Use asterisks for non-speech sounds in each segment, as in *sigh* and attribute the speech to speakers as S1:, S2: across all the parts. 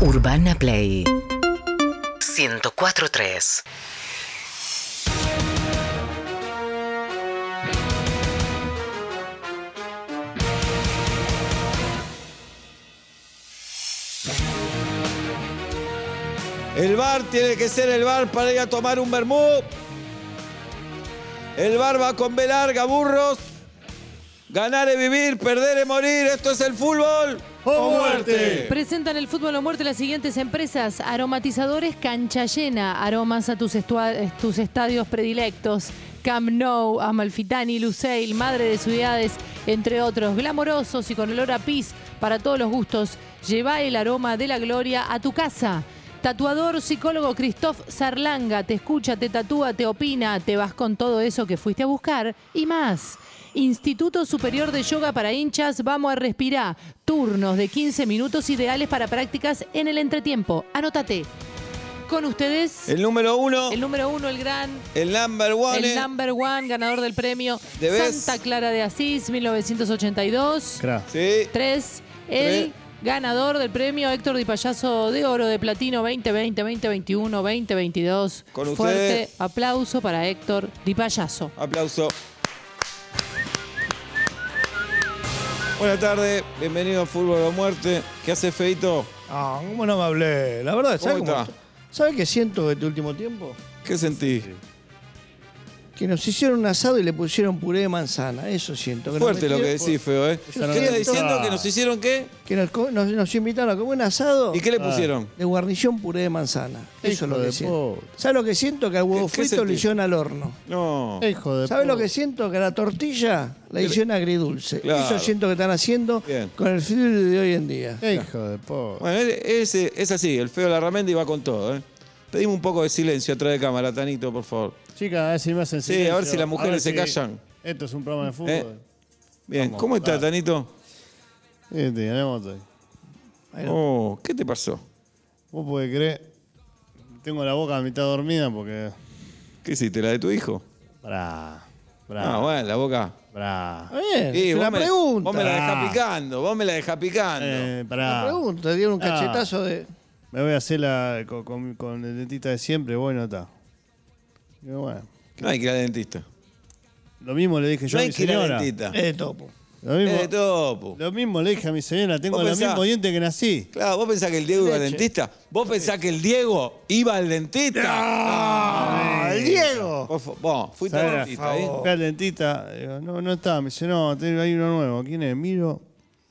S1: Urbana Play 104.3
S2: El bar tiene que ser el bar para ir a tomar un vermú. El bar va con B larga, burros. Ganar es vivir, perder es morir. Esto es el fútbol. ¡O muerte!
S3: Presentan el fútbol o muerte las siguientes empresas: aromatizadores cancha llena, aromas a tus, estua- eh, tus estadios predilectos, Camp Nou, Amalfitani, Luceil, Madre de Ciudades, entre otros, glamorosos y con olor a pis para todos los gustos. Lleva el aroma de la gloria a tu casa. Tatuador, psicólogo Christoph Sarlanga, te escucha, te tatúa, te opina, te vas con todo eso que fuiste a buscar y más. Instituto Superior de Yoga para hinchas, vamos a respirar. Turnos de 15 minutos ideales para prácticas en el entretiempo. Anótate. Con ustedes, el,
S2: El número uno,
S3: número uno, el gran,
S2: el number one.
S3: el number one, ganador del premio
S2: De vez.
S3: Santa Clara de Asís, 1982.
S4: Cra.
S2: Sí.
S3: Tres,
S2: Tres.
S3: el ganador del premio Héctor Di Payaso de Oro de Platino 2020, 2021, 2022.
S2: Con ustedes.
S3: Fuerte aplauso para Héctor Di Payaso.
S2: Aplauso. Buenas tardes, bienvenido a Fútbol o Muerte. ¿Qué hace Feito?
S4: Ah, ¿cómo no me hablé? La verdad, ¿sabes
S2: ¿Cómo
S4: cómo?
S2: está?
S4: ¿Sabes qué siento de este último tiempo?
S2: ¿Qué sentí?
S4: Que nos hicieron un asado y le pusieron puré de manzana. Eso siento. que nos
S2: Fuerte lo que
S4: metieron-
S2: decís, Feo, ¿eh? ¿Qué
S4: no
S2: estás
S4: siento.
S2: diciendo? ¿Que nos hicieron qué?
S4: Que nos, co- nos- nos invitaron a comer un asado
S2: ¿Y qué le pusieron?
S4: de guarnición puré de manzana. Eso es
S5: Hijo
S4: lo que
S5: de
S4: siento.
S5: puta.
S4: ¿Sabes lo que siento? Que al huevo
S2: ¿Qué- qué
S4: frito lo
S2: sentís?
S4: hicieron al horno.
S2: No.
S5: Hijo de
S4: ¿Sabes lo
S5: puta.
S4: que siento? Que a la tortilla la hicieron agridulce.
S2: Claro.
S4: Eso siento que están haciendo
S2: Bien.
S4: con el fútbol de hoy en día.
S5: Hijo de po.
S2: Bueno, él- ese- es así, el feo Larramendi va con todo. ¿eh? Pedimos un poco de silencio atrás de cámara, Tanito, por favor.
S5: Chica, a ver si me hacen
S2: Sí,
S5: silencio.
S2: a ver si las mujeres
S5: ver
S2: se
S5: si-
S2: callan.
S5: Esto es un programa de fútbol.
S2: Eh. Bien, ¿cómo está, Tanito?
S5: Eh, te ganamos hoy.
S2: Oh, ¿qué te pasó?
S5: Vos podés creer. Tengo la boca a mitad dormida porque.
S2: ¿Qué hiciste? ¿La de tu hijo?
S5: Bra. Bra.
S2: Ah, bueno, la boca.
S5: Bra.
S4: Está bien,
S2: Sí,
S4: es
S2: vos
S4: una
S2: me-
S4: pregunta.
S2: Vos me la
S5: Ah.
S2: dejás picando, vos me la dejás picando.
S5: Eh,
S4: Una
S5: bra.
S4: pregunta, dieron un
S5: Ah.
S4: cachetazo de.
S5: Me voy a hacer la. con, con- con el dentista de siempre, bueno, está. Y bueno.
S2: no hay que ir al dentista.
S5: Lo mismo le dije
S2: No
S5: yo a mi
S2: hay que ir al
S5: señora.
S2: dentista.
S4: Eh, topo.
S5: Lo mismo,
S2: Es de topo.
S5: lo mismo le dije a mi señora, tengo
S2: Vos
S5: los
S2: pensá.
S5: mismos dientes que nací.
S2: Claro, vos pensás que el Diego iba al dentista. Vos pensás que el Diego iba al dentista.
S4: ¡Ah! ¡El Diego!
S2: Vos, fu- vos fuiste al
S5: ¿Sabes?
S2: dentista, ¿eh?
S5: Fui al dentista, digo, no, no está. Me dice, no, ten- hay uno nuevo. ¿Quién es? Miro,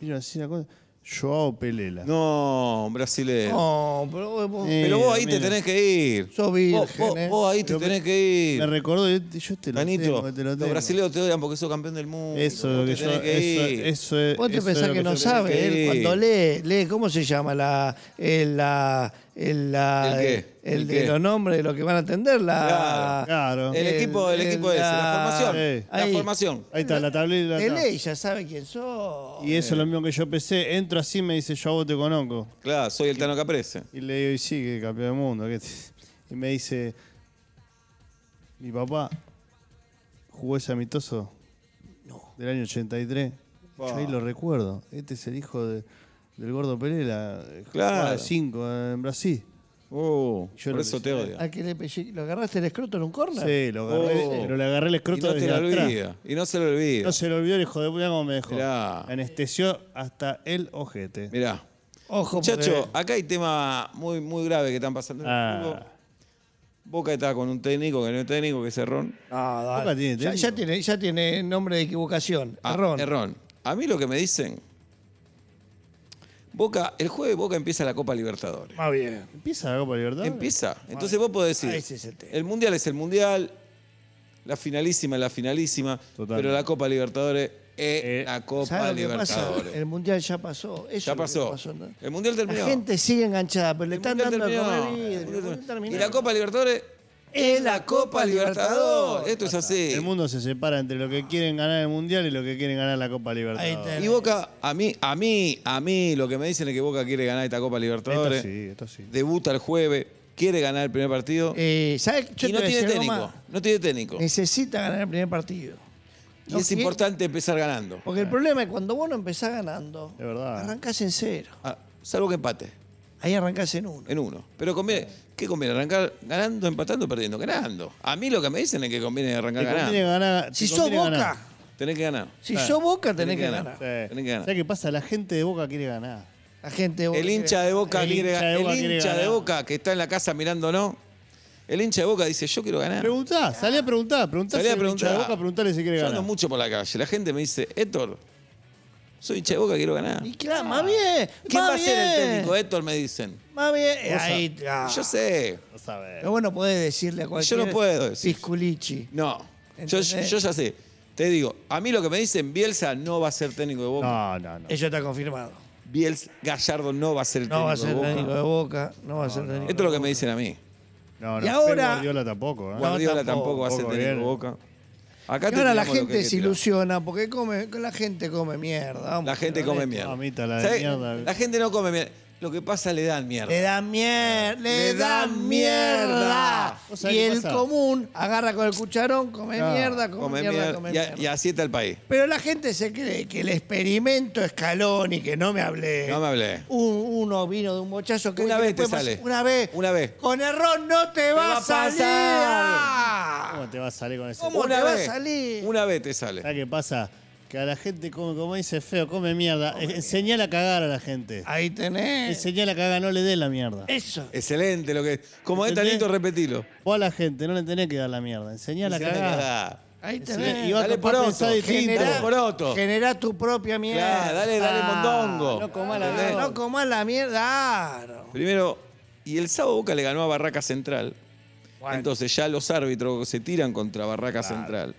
S5: miro así la cosa. Joao Pelela.
S2: No, un brasileño.
S4: No, pero vos- vos
S5: Eh,
S2: Pero vos ahí
S5: mira,
S2: te tenés que ir.
S4: sos
S2: Vos,
S4: virgen,
S2: vos-
S4: eh.
S2: vos ahí te tenés que
S5: Me
S2: ir.
S5: recordó, yo, te- yo te lo
S2: Canito,
S5: tengo, te lo
S2: los
S5: tengo.
S2: brasileños te odian porque sos campeón del mundo.
S5: Eso,
S2: Vos
S5: lo que
S2: te
S5: yo,
S2: tenés que ir.
S5: eso, eso es.
S4: Vos te
S5: eso
S4: pensás
S5: es lo
S4: que no
S5: yo
S4: sabe,
S2: tenés que
S4: él
S2: ir.
S4: cuando lee, lee, ¿cómo se llama? La, el, la, el, la-
S2: ¿El qué?
S4: el
S2: ¿El
S4: de
S2: qué?
S4: los nombres de los que van a atender, la...
S5: Claro.
S2: El equipo, el,
S4: el-
S2: equipo ese, la
S4: la-
S2: formación.
S5: Eh.
S2: La
S4: Ahí.
S2: formación.
S5: Ahí está, la tablilla.
S4: De
S5: está.
S4: ley, ya sabe quién sos.
S5: Y eso es lo mismo que yo pensé. Entro así me dice, yo a vos te conozco.
S2: Claro, soy el Tano Caprese.
S5: Y le digo, y sí, que campeón del mundo. que- Y me dice, mi papá jugó ese amistoso del año 83. Yo ahí lo recuerdo. Este es el hijo de- del gordo eh, Pelela.
S2: Claro.
S5: 5 en Brasil.
S2: Uh,
S5: Yo
S2: por
S5: lo
S2: eso
S5: pensé.
S2: te odio.
S4: ¿A Ah, que le pelle- ¿Lo agarraste el escroto en un corner?
S5: Sí, lo agarré,
S2: Oh.
S5: pero le agarré el
S2: Y
S5: escroto
S2: no te
S5: desde
S2: lo
S5: atrás.
S2: olvida. Y no se lo olvida.
S5: No se lo olvidó el hijo de puta cómo me dejó.
S2: Mirá.
S5: Me Anestesió hasta el ojete.
S2: Mirá.
S4: Ojo, porque-
S2: Muchacho, acá hay tema muy, muy grave que están pasando en el
S5: Ah.
S2: fútbol. Boca está con un técnico que no es técnico, que es Errón.
S4: No, dale.
S5: Boca tiene
S4: ya,
S5: técnico.
S4: ya tiene, ya tiene nombre de equivocación.
S2: Ah,
S4: Errón.
S2: Errón. A mí lo que me dicen. Boca, el jueves Boca empieza la Copa Libertadores.
S4: Más bien.
S5: ¿Empieza la Copa Libertad?
S2: Empieza. Entonces vos podés decir,
S4: Ahí sí es el tema.
S2: el Mundial es el Mundial, la finalísima es la finalísima,
S5: Total.
S2: pero la Copa Libertadores es
S5: Eh,
S2: la
S4: ¿Sabes
S2: Copa
S4: lo que pasa?
S2: Libertadores.
S4: El mundial ya pasó. Eso es
S2: Ya
S4: lo que
S2: pasó.
S4: ¿no?
S2: El Mundial
S4: La
S2: terminó.
S4: gente sigue enganchada, pero le
S2: El
S4: están
S2: Mundial
S4: dando
S2: terminó.
S4: a comer
S2: El
S4: vidrio.
S2: Mundial
S4: El Mundial
S2: terminó.
S4: terminó.
S2: Y la Copa Libertadores es la Copa Libertadores. Esto es así.
S5: El mundo se separa entre lo que quieren ganar el Mundial y lo que quieren ganar la Copa
S4: Ahí
S5: Libertadores.
S4: está.
S2: Y Boca, a mí, a mí, a mí, lo que me dicen es que Boca quiere ganar esta Copa Libertadores.
S5: Esto sí, esto sí.
S2: Debuta el jueves, quiere ganar el primer partido.
S4: Eh, ¿sabes? Yo
S2: y
S4: te
S2: no
S4: voy a
S2: tiene
S4: decir algo
S2: técnico.
S4: más.
S2: No tiene técnico.
S4: Necesita ganar el primer partido.
S2: y
S4: no
S2: es
S4: quiere-
S2: importante empezar ganando.
S4: Porque el problema es cuando vos no empezás ganando,
S5: Es verdad.
S4: arrancás en cero.
S2: Ah, salvo que empate.
S4: Ahí arrancás en uno.
S2: En uno. Pero conviene, ¿qué conviene? ¿Arrancar ganando, empatando o perdiendo? Ganando. A mí lo que me dicen es que conviene arrancar
S5: Te
S2: ganando.
S5: conviene ganar.
S2: Ah,
S5: te
S4: Si sos
S5: conviene
S4: Boca,
S5: ganar.
S2: Tenés que ganar.
S4: si sos Boca, tenés que
S2: Ah, ganar.
S4: ganar.
S5: Sí.
S2: Tenés que ganar.
S5: ¿Sabés qué pasa? La gente de Boca quiere ganar.
S4: La gente de Boca
S2: El hincha de Boca
S5: El
S2: quiere
S5: hincha de
S2: ganar.
S5: Boca
S2: El
S5: quiere
S2: hincha de
S5: ganar.
S2: Boca que está en la casa mirándonos. El hincha de Boca dice, yo quiero ganar.
S5: Preguntá, salí a preguntar, preguntá
S2: Salí a
S5: si es un hincha
S2: preguntar.
S5: de Boca, preguntale si quiere
S2: Yo
S5: ganar.
S2: ando mucho por la calle. La gente me dice, Héctor, soy hincha de Boca, quiero ganar.
S4: Y claro, más bien.
S2: Ah. ¿Quién
S4: más
S2: va a ser el
S4: bien,
S2: técnico, Héctor? Me dicen.
S4: Más bien.
S5: Cosa.
S4: Ahí,
S5: Ah.
S4: está.
S2: Yo sé.
S5: No sabés.
S4: Pero bueno, podés decirle a cualquier.
S2: no puedo decir.
S4: Pisculichi.
S2: No. Yo,
S4: ¿Entendés?
S2: yo ya sé. Te digo, a mí lo que me dicen, Bielsa no va a ser técnico de Boca.
S5: No, no, no.
S4: Eso está confirmado.
S2: Bielsa Gallardo no va a ser el
S4: No va a ser
S2: técnico de
S4: técnico
S2: Boca.
S4: de Boca. No va a ser técnico.
S2: Esto es lo que me dicen a mí.
S5: no, no.
S4: Y
S5: Pep
S4: ahora-
S5: Guardiola tampoco, ¿eh?
S4: Guar-
S2: Guardiola tampoco,
S4: tampoco,
S2: va a ser
S5: tampoco
S2: técnico de
S5: viene.
S2: Boca. Acá
S4: Y ahora la
S2: terminamos lo que
S4: gente
S2: hay que
S4: se
S2: tirar.
S4: ilusiona porque come, la gente come mierda. vamos,
S2: La gente
S4: pero
S2: come
S4: esto-
S2: mierda.
S5: Mamita, la de
S2: ¿Sabés?
S5: mierda.
S2: La gente no come mierda. Lo que pasa le dan mierda.
S4: Le dan mierda,
S2: Le
S4: le
S2: dan
S4: dan mierda.
S5: ¿Vos sabés
S4: Y
S5: qué
S4: el
S5: pasa?
S4: común agarra con el cucharón, come
S5: Claro,
S4: mierda, come,
S2: Come
S4: mierda,
S2: mierda.
S4: come
S2: Y a-
S4: mierda.
S2: y así está el país.
S4: Pero la gente se cree que el experimento escalón y que no me hablé.
S2: No me hablé.
S4: Un- uno vino de un bochazo que
S2: Una
S4: que
S2: vez
S4: le
S2: te
S4: puede pasar-
S2: sale.
S4: Una vez.
S2: Una vez.
S4: Con error no te, va,
S2: va a
S4: a salir.
S5: ¿Cómo te va a salir con ese?
S4: ¿Cómo?
S2: una
S4: te va a
S2: vez,
S4: salir?
S2: Una vez te sale.
S5: ¿Sabés qué pasa? Que a la gente, come, como dice feo, come mierda. Eh, Enseñale a cagar a la gente.
S4: Ahí tenés.
S5: Enseñale a cagar, no le des la mierda.
S4: Eso.
S2: Excelente lo que es. Como es tan
S5: ¿Entendés?
S2: lindo, repetilo.
S5: Vos a la gente no le tenés que dar la mierda. Enseñale a
S2: Excelente,
S5: cagar.
S2: cagá.
S4: Ahí
S5: Enseñale-
S4: tenés.
S5: Y va a
S2: Dale
S5: capaz
S2: poroto,
S5: pensar distinto.
S2: generá-
S4: Generá,
S2: poroto.
S4: generá tu propia mierda. Ah,
S2: Claro, dale, dale mondongo.
S5: no comá la
S2: ¿Entendés?
S5: mierda.
S4: No comas la mierda. Claro.
S2: Primero, y el sábado Boca le ganó a Barraca Central.
S4: Bueno.
S2: Entonces ya los árbitros se tiran contra Barraca Central.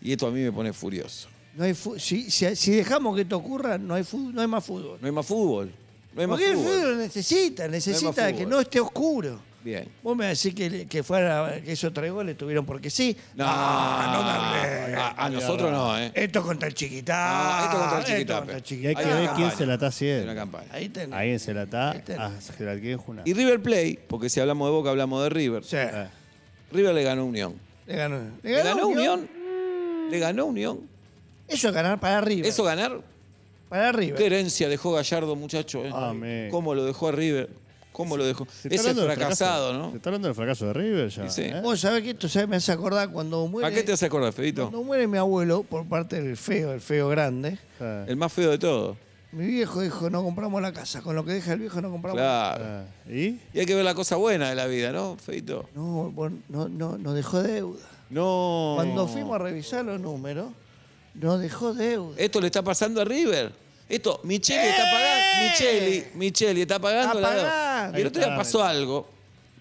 S2: Y esto a mí me pone furioso.
S4: No hay fu- si, si- si dejamos que esto ocurra, no hay, fu- no hay más fútbol.
S2: No hay más fútbol. No hay más
S4: Porque el
S2: fútbol.
S4: fútbol necesita, necesita
S2: fútbol.
S4: que no esté oscuro.
S2: Bien.
S4: Vos me decís que, que fuera que esos tres goles tuvieron porque sí.
S2: No,
S4: Ah, no me hablé.
S2: a, a nosotros no, ¿eh?
S4: Esto contra el chiquitá.
S2: Ah, esto contra el
S4: Esto
S2: Chiquitá,
S4: contra el
S2: pe.
S5: Y hay
S4: chiquitá.
S5: que
S2: Hay una
S5: ver quién
S2: campaña.
S5: se la está haciendo.
S2: Una campaña.
S4: Ahí tenés.
S5: Ahí se la está.
S4: Ahí tenés.
S5: ah, se la quiere junar.
S2: Y River Play, porque si hablamos de Boca, hablamos de River.
S4: Sí.
S5: Eh,
S2: River le ganó a Unión.
S4: Le ganó.
S2: ¿Le ganó a Unión? ¿Le ganó a Unión?
S4: Eso es ganar para arriba.
S2: ¿Eso ganar?
S4: para arriba.
S2: ¿Qué herencia dejó Gallardo, muchacho? eh?
S5: Amén.
S2: ¿Cómo lo dejó a River? ¿Cómo lo dejó?
S5: se está
S2: Ese
S5: hablando del
S2: fracasado,
S5: fracaso.
S2: ¿no?
S5: Se está hablando del fracaso de River ya.
S2: Y sí.
S5: ¿eh?
S4: Vos sabés que esto ¿sabés? me hace acordar cuando muere.
S2: ¿A qué te hace acordar, Fedito?
S4: Cuando muere mi abuelo, por parte del feo, el feo grande,
S5: Eh,
S2: El más feo de todo.
S4: mi viejo dijo, no compramos la casa. Con lo que deja el viejo no compramos la casa.
S2: Claro.
S5: eh, ¿Y?
S2: Y hay que ver la cosa buena de la vida, ¿no, Fedito?
S4: No, vos- no, no, no dejó deuda.
S2: No.
S4: Cuando fuimos a revisar los números, no dejó deuda.
S2: Esto le está pasando a River. Esto, Micheli está pagando. Micheli, Micheli está pagando.
S4: ¡Eh! Está
S2: la deuda.
S4: pagando.
S2: Y el otro día pasó algo.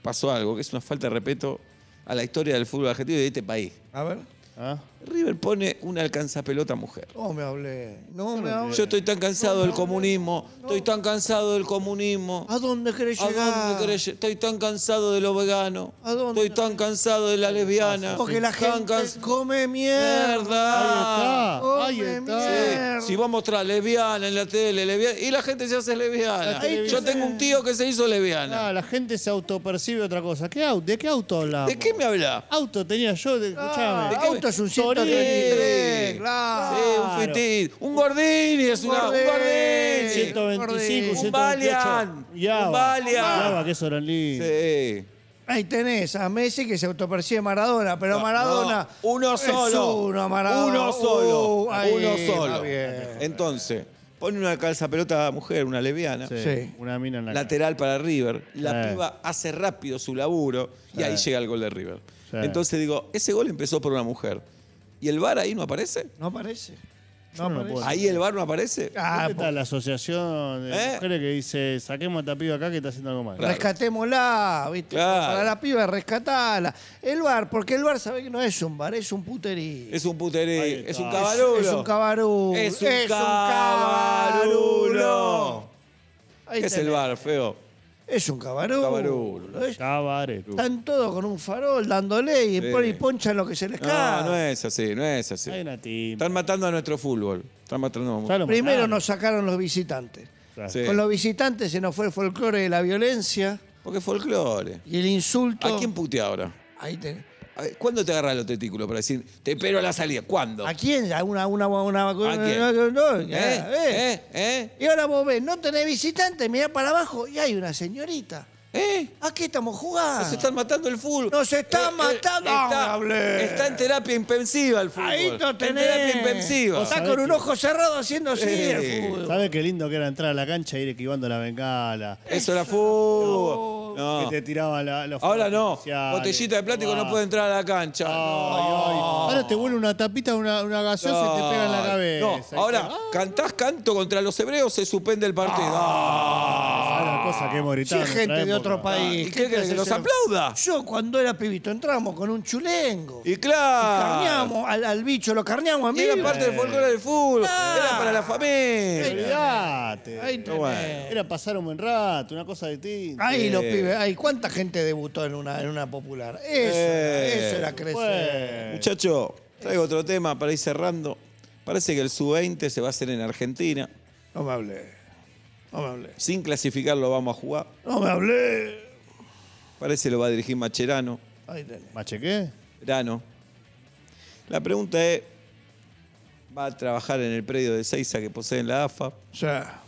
S2: Pasó algo que es una falta de respeto a la historia del fútbol argentino y de este país.
S4: A ver.
S5: Ah,
S2: River pone una alcanzapelota mujer.
S4: No me hablé. No me hablé.
S2: Yo estoy tan cansado del comunismo. Estoy tan cansado del comunismo.
S4: ¿A dónde querés
S2: ¿A
S4: llegar?
S2: dónde querés lle- Estoy tan cansado de lo vegano.
S4: ¿A dónde?
S2: Estoy tan cansado de la lesbiana.
S4: Porque la
S2: Tan
S4: gente
S2: cansa-
S4: come mierda.
S2: Mierda.
S5: Ah, ahí
S4: Come
S5: está.
S4: mierda.
S2: Sí, Si vos mostrás lesbiana en la tele, lesbiana, y la gente se hace lesbiana.
S5: La tele-
S2: Yo tengo un tío que se hizo lesbiana.
S5: Ah, la gente se autopercibe otra cosa. ¿Qué au- ¿De qué auto hablamos?
S2: ¿De qué me habla?
S5: Auto tenía yo, de,
S4: Ah,
S5: escuchame.
S2: ¿De qué
S4: auto es un
S5: Torino.
S4: 133, claro.
S2: Sí, un fitín. Un Gordini es una. Un
S4: Gordini.
S2: Gordini.
S5: 125,
S2: Un
S5: 128.
S2: Valiant.
S5: Java.
S2: Un Valiant.
S5: Java, que eso era lindo.
S2: Sí.
S4: Ahí tenés a Messi que se autopercibe Maradona, pero Maradona.
S2: No, uno
S4: es
S2: solo.
S4: Uno, Maradona.
S2: Uno solo.
S4: Uh, ahí,
S2: uno solo.
S4: va bien.
S2: Entonces, pone una calza pelota mujer, una lesbiana.
S5: Sí,
S4: Sí.
S5: Una mina en la
S2: lateral para River. La
S5: Sí.
S2: piba hace rápido su laburo y ahí llega el gol de River.
S5: Sí.
S2: Entonces digo, ese gol empezó por una mujer. ¿Y el VAR ahí no aparece?
S4: No aparece.
S5: Yo no lo puedo
S2: ¿Ahí el VAR no aparece?
S4: Ah,
S5: ¿Dónde está la asociación de
S2: ¿Eh?
S5: mujeres que dice saquemos a esta piba acá que está haciendo algo mal?
S2: Claro.
S4: Rescatémosla, ¿viste?
S2: Claro.
S4: Para la piba, rescatala. El bar, porque el bar sabe que no es un bar, es un puterío.
S2: Es un puterí,
S5: está.
S2: es un cabarulo.
S4: Es un cabarulo.
S2: Es un cabarulo.
S4: cabarulo. Ahí
S2: ¿Qué es el
S4: tenés.
S2: VAR, feo?
S4: Es un cabarulo.
S2: Cabarulo.
S4: Es-
S5: Cabaret.
S4: Están todos con un farol dándole y,
S2: Sí.
S4: pon- y ponchan lo que se les cae.
S2: No, no es así, no es así.
S5: Hay una timba.
S2: Están matando a nuestro fútbol. Están matando a
S5: Ya lo
S4: Primero
S5: mataron.
S4: nos sacaron los visitantes.
S5: Claro.
S2: Sí.
S4: Con los visitantes se nos fue el folclore de la violencia
S2: Porque es folclore.
S4: y el insulto.
S2: ¿A quién putea ahora?
S4: Ahí tenés.
S2: ¿A eh, ¿Cuándo te agarras los testículos para decir, te espero a la salida? ¿Cuándo?
S4: ¿A quién? ¿A una, una, una vacuna?
S2: ¿A Ah, quién?
S4: No, no, no,
S2: ¿Eh?
S4: ya, eh.
S2: ¿Eh? ¿Eh?
S4: Y ahora vos ves, no tenés visitantes, mirá para abajo y hay una señorita.
S2: ¿Eh?
S4: ¿A qué estamos jugando?
S2: Nos están matando el fútbol. Eh,
S4: Nos están matando. No,
S2: Está,
S4: hable.
S2: está en terapia intensiva el fútbol.
S4: Ahí no
S2: Está en
S4: tenés.
S2: terapia intensiva.
S4: Está con un ojo cerrado haciendo así
S2: Eh.
S4: el fútbol.
S5: ¿Sabes qué lindo que era entrar a la cancha e ir esquivando la bengala?
S2: Eso era fútbol. No.
S5: Que te tiraba la, los
S2: Ahora no.
S5: fuegos artificiales.
S2: Botellita de plástico no
S5: Ah.
S2: puede entrar a la cancha. No.
S5: Ay, ay. Ahora te vuelve una tapita, una, una gaseosa y te pega en la cabeza.
S2: No,
S5: Y te-
S2: ahora, cantás canto contra los hebreos, se suspende el partido.
S5: Ah, la cosa que hemos
S4: Si
S5: gritado
S4: es
S5: en
S4: gente
S5: nuestra
S4: de otro
S5: época.
S4: país.
S2: ¿Y qué querés, que
S4: haces?
S2: los aplauda?
S4: Yo cuando era pibito entramos con un chulengo.
S2: Y claro.
S4: Carneamos al, al bicho, lo carneamos a mí.
S2: Y era parte del folclore del fútbol.
S4: Ah.
S2: Era para la familia.
S5: Olvidate.
S4: Ahí tenés.
S5: Era pasar un buen rato, una cosa de ti.
S4: Ahí los pibes, ahí cuánta gente debutó en una, en una popular. Eso, era,
S2: Eh.
S4: eso era crecer.
S2: Muchacho, traigo otro tema para ir cerrando. Parece que el sub-20 se va a hacer en Argentina.
S4: No me hablé. No me hablé.
S2: Sin clasificar lo vamos a jugar.
S4: No me hablé.
S2: Parece lo va a dirigir Macherano.
S4: Ahí tenés.
S5: ¿Machequé?
S2: Verano. La pregunta es, ¿va a trabajar en el predio de Seiza que posee en la AFA?
S4: O sea,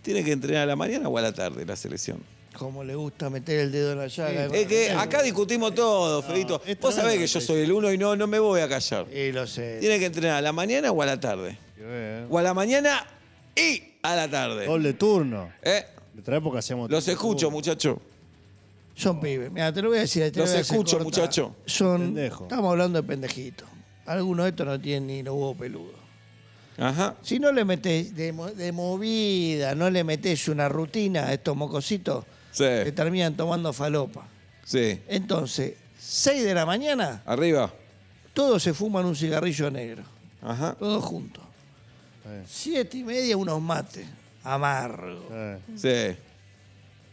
S2: ¿Tiene que entrenar a la mañana o a la tarde la selección?
S4: como le gusta meter el dedo en la llaga.
S2: Es que acá discutimos todo, Fedito.
S5: es
S2: Vos sabés
S5: tremendo
S2: que yo
S5: lo que
S2: soy el uno y no, no me voy a callar.
S4: Y lo sé.
S2: ¿Tiene que entrenar a la mañana o a la tarde?
S5: Eh.
S2: O a la mañana y a la tarde.
S5: Doble turno.
S2: ¿Eh?
S5: De otra época hacíamos.
S2: Los
S5: doble
S2: escucho,
S5: turno.
S2: muchachos.
S4: Son pibes. Mira, te lo voy a decir. te lo
S2: Los
S4: voy a hacer
S2: escucho,
S4: corta.
S2: muchacho.
S4: Son.
S5: Pendejo.
S4: Estamos hablando de pendejitos. Algunos de estos no tienen ni los huevos peludos.
S2: Ajá.
S4: Si no le metes de, mo- de movida, no le metes una rutina a estos mocositos,
S2: Sí.
S4: que terminan tomando falopa.
S2: Sí.
S4: Entonces, 6 de la mañana,
S2: Arriba.
S4: todos se fuman un cigarrillo negro.
S2: Ajá.
S4: Todos juntos.
S5: Eh.
S4: Siete y media, unos mates. Amargo.
S5: Eh.
S2: Sí.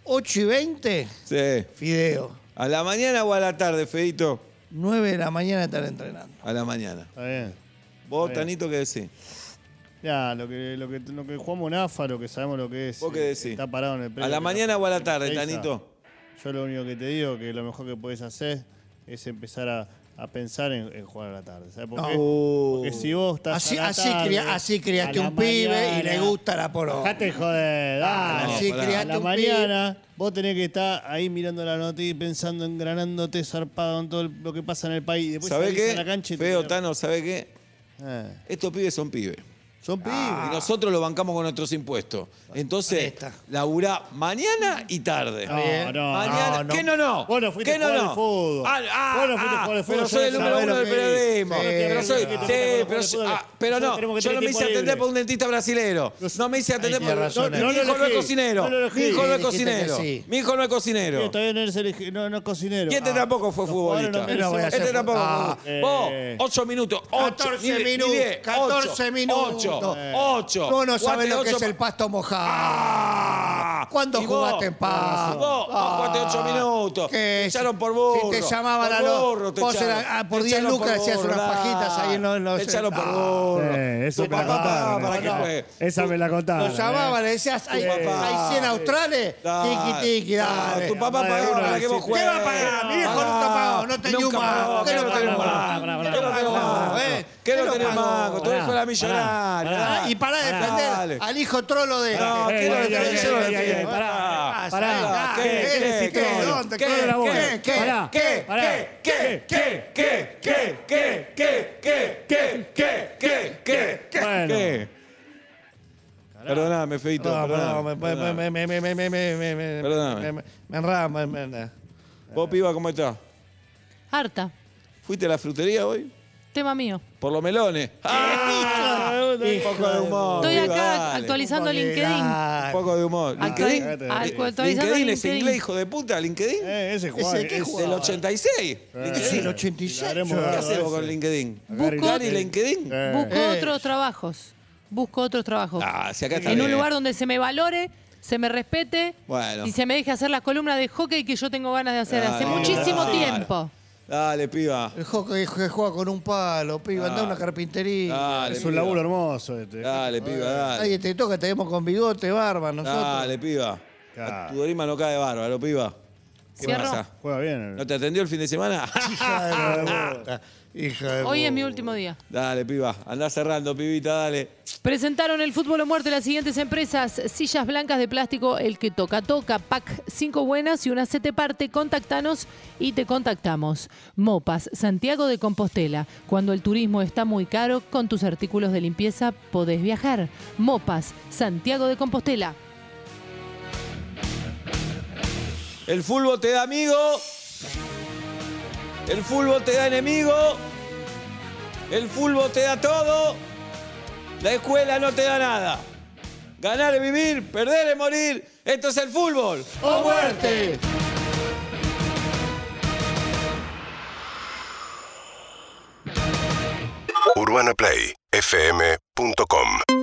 S4: Ocho y veinte,
S2: Sí.
S4: fideo.
S2: ¿A la mañana o a la tarde, Fedito?
S4: Nueve de la mañana están entrenando.
S2: A la mañana.
S5: Está bien.
S2: Vos, Tanito, ¿qué decís?
S5: Ya, lo que, lo, que, lo que jugamos en AFA, lo que sabemos lo que es.
S2: ¿Vos qué
S5: eh,
S2: decís?
S5: Está parado en el
S2: ¿A
S5: predio
S2: la
S5: que
S2: mañana o a la tarde,
S5: Seiza.
S2: Tanito?
S5: Yo lo único que te digo que lo mejor que puedes hacer es empezar a, a pensar en, en jugar a la tarde. ¿Sabes por qué? Porque si vos estás.
S4: Así-
S5: a la
S4: así
S5: tarde,
S4: cría- así criaste
S5: a la
S4: un pibe y le
S5: mañana-
S4: gusta la poronga.
S5: Dejate de joder, dale.
S4: Así
S2: pará.
S5: a
S4: criaste
S5: la
S4: un
S5: mañana vos tenés que estar ahí mirando la noticia, pensando, engranándote, zarpado en todo lo que pasa en el país. Y Después
S2: ¿Sabés
S5: salís a la
S2: qué?
S5: cancha y te
S2: Feo,
S5: quedás-
S2: Tano, ¿sabés qué?
S5: Eh,
S2: Estos pibes son pibes.
S5: Son pibes.
S2: Y nosotros lo bancamos con nuestros impuestos.
S4: Ahí
S2: Entonces,
S4: está.
S2: laburá mañana y tarde.
S5: No, no,
S2: mañana,
S4: no, no.
S2: ¿Qué no, no?
S5: Vos no fuiste
S2: ¿Qué
S5: a jugar al fútbol.
S2: Ah, ah,
S5: Vos no fuiste a
S2: ah,
S5: jugar al
S2: Pero
S5: fútbol,
S2: soy el
S5: yo
S2: número
S5: sabés
S2: uno
S5: lo
S2: del
S5: que
S2: periodismo.
S5: hice.
S2: Pero soy.
S5: Sí,
S2: Sí,
S5: tenemos que
S2: pero soy.
S5: jugar
S2: ah,
S5: al fútbol.
S2: pero
S5: Nosotros
S2: no.
S5: tenemos que
S2: Yo no
S5: tener
S2: me hice
S5: tiempo
S2: atender
S5: libre.
S2: por un dentista brasilero. No me hice atender
S4: Ahí
S2: por.
S4: tiene razón,
S2: no,
S4: ahí.
S2: Mi hijo no es
S5: eh. No lo
S2: cocinero.
S5: elegí.
S2: Mi hijo no es
S4: Sí, dijiste que
S2: cocinero.
S4: sí.
S2: Mi hijo no es cocinero.
S5: Sí, todavía no eres elige- no, no es cocinero.
S2: Y este
S5: Ah.
S2: tampoco fue
S5: Los jugadores
S2: futbolista.
S5: no merecen-
S4: Pero voy a hacer-
S2: este tampoco
S4: Ah,
S2: fue futbolista.
S5: eh.
S2: Vos, 8 minutos. 8,
S4: 14 minutos, 14 minutos.
S2: 8,
S4: Eh.
S2: 8.
S4: No, no saben lo que es el pasto mojado.
S5: Ah.
S4: ¿Cuándo jugaste en paz?
S2: Ah, Vos, vos jugaste 8 minutos.
S4: ¿Qué
S2: Te
S4: es?
S2: echaron por burro.
S4: Si te llamaban a los-
S2: burro, te
S4: vos
S2: echaron.
S4: eras- ah, por
S2: Te
S4: 10
S2: echaron
S4: lucas
S2: por
S4: hacías
S2: burro,
S4: unas pajitas ahí en los-
S2: dale.
S4: los-
S2: Te echaron por
S4: Ah.
S2: burro.
S5: Eh, eso
S2: Tu
S5: me la
S2: papá,
S5: contaron.
S2: ¿Para
S5: eh.
S2: qué fue?
S5: Esa me la contaron.
S4: Lo llamaban, le decías, hay,
S2: papá.
S4: hay 100 australes, tiki tiki, dale.
S2: Tu papá
S5: Dale,
S2: pagaba
S5: dale,
S2: para que vos
S5: sí. ¿Qué
S2: juegues.
S5: va a pagar?
S4: Mi viejo nunca pagó, no tenía un mango. ¿Qué
S2: ¿Qué
S4: no
S2: no
S4: tenía
S2: tenía
S4: un mango?
S2: ¿Qué no tenía un mango?
S4: eh?
S2: ¿Qué
S4: ¿Qué
S2: no
S4: no
S2: tenía un
S4: pagó?
S2: mango? Tu
S5: Pará,
S2: hijo era
S5: pará,
S2: millonario.
S5: pará.
S4: Ah, Y para defender
S2: Dale.
S4: al hijo trolo de.
S2: No,
S5: Eh,
S2: ¿qué no
S5: eh,
S2: tenía?
S5: eh,
S2: Yo no
S5: eh,
S2: tenía.
S5: eh, eh, pará,
S2: Ah,
S5: pará.
S2: pará.
S5: ¿Qué,
S2: ¿Qué,
S5: qué decís
S2: qué,
S5: todo?
S2: qué,
S5: ¿Qué de la boca?
S2: qué, qué,
S5: Pará,
S2: qué,
S5: pará.
S2: qué, qué, qué, qué, qué, qué, qué, qué, qué, qué, qué, qué?
S5: Bueno.
S2: ¿Qué? Perdóname, Feito,
S4: No, no,
S2: perdóname.
S4: me- me-
S2: perdóname.
S4: me- me- me- me- me- me- me- me-
S2: Perdóname.
S4: me- me- me enrama, me- me-
S2: Vos, piba, ¿cómo estás?
S3: Harta.
S2: ¿Fuiste a la frutería hoy?
S3: Tema mío.
S2: Por los melones. ¡Ah! Un poco de humor.
S3: Estoy
S2: piba,
S3: acá
S2: dale.
S3: actualizando
S4: Dale,
S3: LinkedIn.
S2: Un
S4: dale.
S2: poco de humor.
S3: Actuali-
S2: ¿LinkedIn?
S5: LinkedIn.
S3: Actualizando
S2: ¿LinkedIn es
S3: LinkedIn.
S2: inglés, hijo de puta? ¿LinkedIn?
S5: Eh, ese jugador.
S4: ¿qué
S5: ese-
S4: jugador?
S2: Del 86.
S4: Es el
S2: LinkedIn.
S5: Y la
S4: 86.
S5: haremos
S4: yo-
S2: ¿Qué
S5: ver.
S2: hacemos con LinkedIn?
S3: Busco-
S2: ¿Dani LinkedIn?
S5: Eh.
S3: Busco
S4: Eh.
S3: otros trabajos. Busco otros trabajos.
S2: Ah, si acá está
S3: en un
S2: bien.
S3: lugar donde se me valore, se me respete
S2: Bueno.
S3: y se me deje hacer las columnas de hockey que yo tengo ganas de hacer
S2: Dale,
S3: hace
S2: piba,
S3: muchísimo
S2: dale.
S3: tiempo.
S2: Dale, piba.
S4: El hockey que juega con un palo, piba, anda a una
S2: Dale.
S4: carpintería.
S2: Dale,
S5: Es un
S2: piba.
S5: laburo hermoso este.
S2: Dale, piba, dale.
S4: Nadie te toca, te vemos con bigote, barba, nosotros.
S2: Dale, piba. A
S5: Claro.
S2: tu dorima no cae bárbaro, piba. ¿Qué
S3: Cierro.
S2: pasa?
S5: Juega bien.
S2: ¿No te atendió el fin de semana? *laughs*
S4: Hija de la puta, Hija de
S3: Hoy es
S4: puta.
S3: mi último día.
S2: dale, piba. Andá cerrando, pibita, dale.
S3: Presentaron el fútbol o muerte las siguientes empresas: sillas blancas de plástico, el que toca, toca, pack 5 buenas y una se te parte. Contactanos y te contactamos. Mopas, Santiago de Compostela. Cuando el turismo está muy caro, con tus artículos de limpieza podés viajar. Mopas, Santiago de Compostela.
S2: El fútbol te da amigo. El fútbol te da enemigo. El fútbol te da todo. La escuela no te da nada. Ganar es vivir, perder es morir. Esto es el fútbol.
S4: ¡O ¡Oh, muerte!
S1: UrbanaPlayFM.com